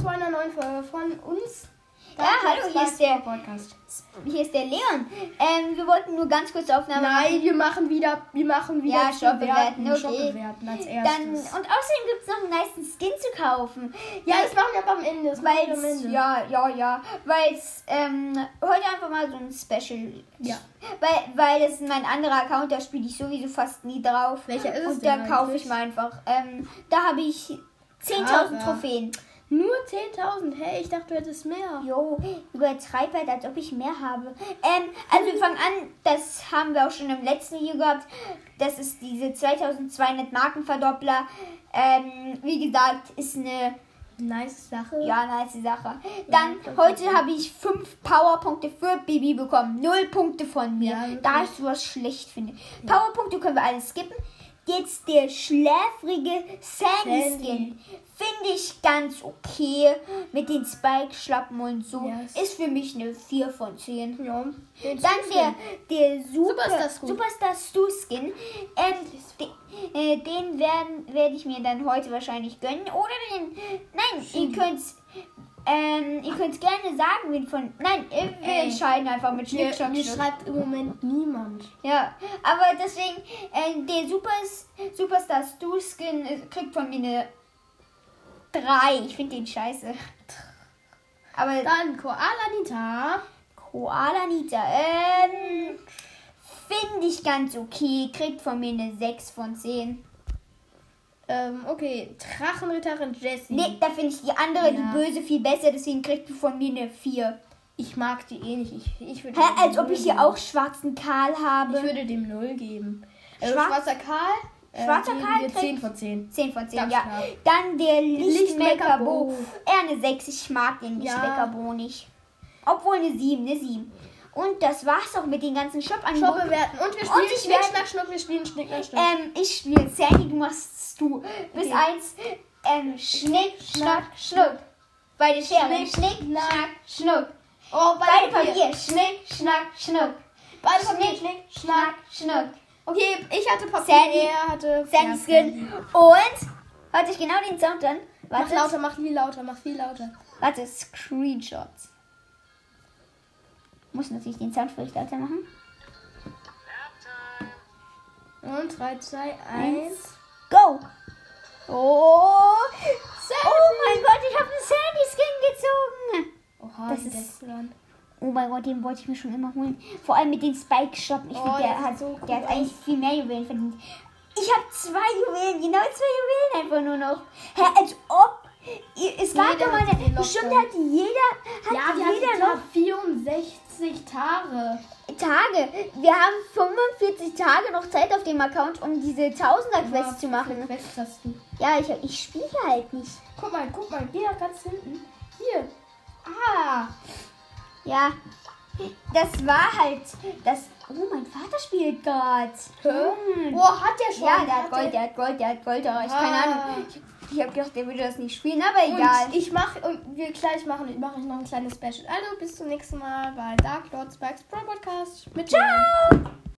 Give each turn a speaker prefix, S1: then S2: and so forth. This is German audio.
S1: zu einer neuen Folge von uns.
S2: Ja, hallo, hier ist der-
S1: Podcast.
S2: Hier ist der Leon. Ähm, wir wollten nur ganz kurz Aufnahme
S1: Nein, wir machen wieder, wir machen wieder
S2: Ähm, Ja,
S1: zu
S2: Shop bewerten, okay.
S1: Shop bewerten als
S2: Dann, und
S1: erstes.
S2: außerdem gibt es noch einen nice Skin zu kaufen.
S1: ja, das machen wir aber am Ende. Das machen wir am
S2: Weil's,
S1: Ende.
S2: ja, ja, ja. Weil es ähm, heute einfach mal so ein Special.
S1: Ja.
S2: Weil, weil das ist mein anderer Account, da spiele ich sowieso fast nie drauf.
S1: Welcher ist es
S2: Und da
S1: denn
S2: kaufe
S1: eigentlich?
S2: ich mal einfach. Ähm, da habe ich 10.000
S1: Tara.
S2: Trophäen.
S1: Nur 10.000. Hey, ich dachte, du hättest mehr.
S2: Jo, übertreib halt, als ob ich mehr habe. Ähm, also wir fangen an, das haben wir auch schon im letzten Video gehabt. Das ist diese 2200 Markenverdoppler. Ähm, wie gesagt, ist eine
S1: Nice Sache.
S2: ja, nice Sache. Dann, heute habe ich 5 Powerpunkte für Bibi bekommen. 0 Punkte von mir.
S1: Ja, wirklich.
S2: da ich sowas schlecht finde. Powerpunkte können wir alle skippen. Jetzt der schläfrige
S1: Sandy.
S2: Sandy-Skin. Finde ich ganz okay. Mit den Spike-Schlappen und so.
S1: Yes.
S2: Ist für mich eine 4 von 10.
S1: Ja.
S2: Dann der, der Super,
S1: Superstar Stu.
S2: Superstar Stu Skin. Ähm, de, äh, den werden werde ich mir dann heute wahrscheinlich gönnen. Oder den. Nein, ihr könnt ähm, ihr könnt gerne sagen, wen von. Nein, äh, wir
S1: Ey.
S2: entscheiden einfach mit
S1: Mir,
S2: Schnick, Schnack,
S1: mir
S2: Schnuck.
S1: schreibt im Moment niemand.
S2: Ja, aber deswegen, äh, der Super, Superstar Stu Skin äh, kriegt von mir eine 3. Ich finde den scheiße. Aber
S1: Dann Koala Nita.
S2: Koala Nita. Ähm, finde ich ganz okay. Kriegt von mir eine 6 von 10.
S1: Ähm, okay. Drachenritterin Jessie.
S2: Nee, da finde ich die andere,
S1: Mhm. Ja.
S2: die böse, viel besser. Deswegen kriegt die von mir eine 4.
S1: Ich mag die eh nicht. Ich, ich würde
S2: Hä,
S1: dem
S2: als ob
S1: Null
S2: ich hier
S1: geben.
S2: auch schwarzen Karl
S1: Ich
S2: habe.
S1: würde dem Null geben. Also
S2: Schwarz-
S1: schwarzer Karl. äh,
S2: Schwarzer
S1: geben
S2: Karl
S1: wir
S2: kriegt-
S1: 10 von 10.
S2: 10 von 10,
S1: Ganz
S2: ja.
S1: klar.
S2: Dann der
S1: Lichtmecker
S2: Lichtmecker Bo.
S1: Bo.
S2: Er eine 6. Ich mag den
S1: Ja.
S2: Lichtmecker Bo nicht. Obwohl eine 7, eine 7. Und das war's auch mit den ganzen
S1: Shop
S2: Shop-Angeboten.
S1: bewerten. Und wir spielen
S2: Und ich
S1: Schnick,
S2: werde-
S1: Schnack, Schnuck. Wir spielen Schnick, Schnack, Schnuck.
S2: Ähm, ich spiele Sandy, du machst du. Bis
S1: Okay.
S2: eins. Ähm, Schnick, Schnack, Schnuck. Beide Scheren.
S1: Schnick,
S2: Schnick, Schnack, Schnuck.
S1: oh, beide
S2: Beide
S1: Papier.
S2: Papier. Schnick, Schnack, Schnuck.
S1: Beide Papier.
S2: Schnick,
S1: Schnick,
S2: Schnack,
S1: Schnack.
S2: Schnuck.
S1: Okay, ich hatte Papier.
S2: Sandy.
S1: Er hatte.
S2: Sandy
S1: Ja,
S2: Skin. Und, warte, ich genau den Sound an.
S1: Mach
S2: Warte,
S1: lauter, mach viel lauter, mach viel lauter.
S2: warte, Screenshots. Muss natürlich den Sound für euch lauter machen.
S1: Und 3, 2, 1.
S2: Eins. Go! Oh! Oh mein Gott, ich habe einen Sandy Skin gezogen!
S1: Oha,
S2: Das
S1: die
S2: ist-
S1: Deckplan.
S2: Oh mein Gott, den wollte ich mir schon immer holen. Vor allem mit den Spike-Schlappen. Ich
S1: Oh,
S2: finde,
S1: das
S2: der,
S1: sieht
S2: hat-
S1: so cool
S2: der hat eigentlich viel mehr Juwelen verdient. Ich habe zwei Juwelen, genau zwei Juwelen einfach nur noch. Hä, als ob. Ihr- Es gab
S1: Jeder
S2: doch mal
S1: hat den
S2: eine. Bestimmt
S1: Lockdown.
S2: hat die jeder, hat
S1: Ja,
S2: die
S1: die hat
S2: jeder
S1: knapp 64 Tage.
S2: noch Tage. Wir haben 45 Tage noch Zeit auf dem Account, um diese Tausender-Quest zu machen. ne?
S1: Quest hast du.
S2: Ja, ich, ich spiele halt nicht.
S1: Guck mal, guck mal, geh nach ganz hinten. Hier. Ah.
S2: Ja, das war halt das. Oh, mein Vater spielt gerade. Hm.
S1: Oh, hat der schon.
S2: Ja, der hat Gold, der hat Gold, der hat Gold, aber ich keine
S1: Ah.
S2: Ahnung. Ich, ich habe gedacht, der würde das nicht spielen, aber
S1: Und
S2: egal.
S1: ich mache, und wir gleich machen, ich mache noch ein kleines Special. Also bis zum nächsten Mal bei Dark Lord Spikes Pro Podcast mit
S2: Ciao!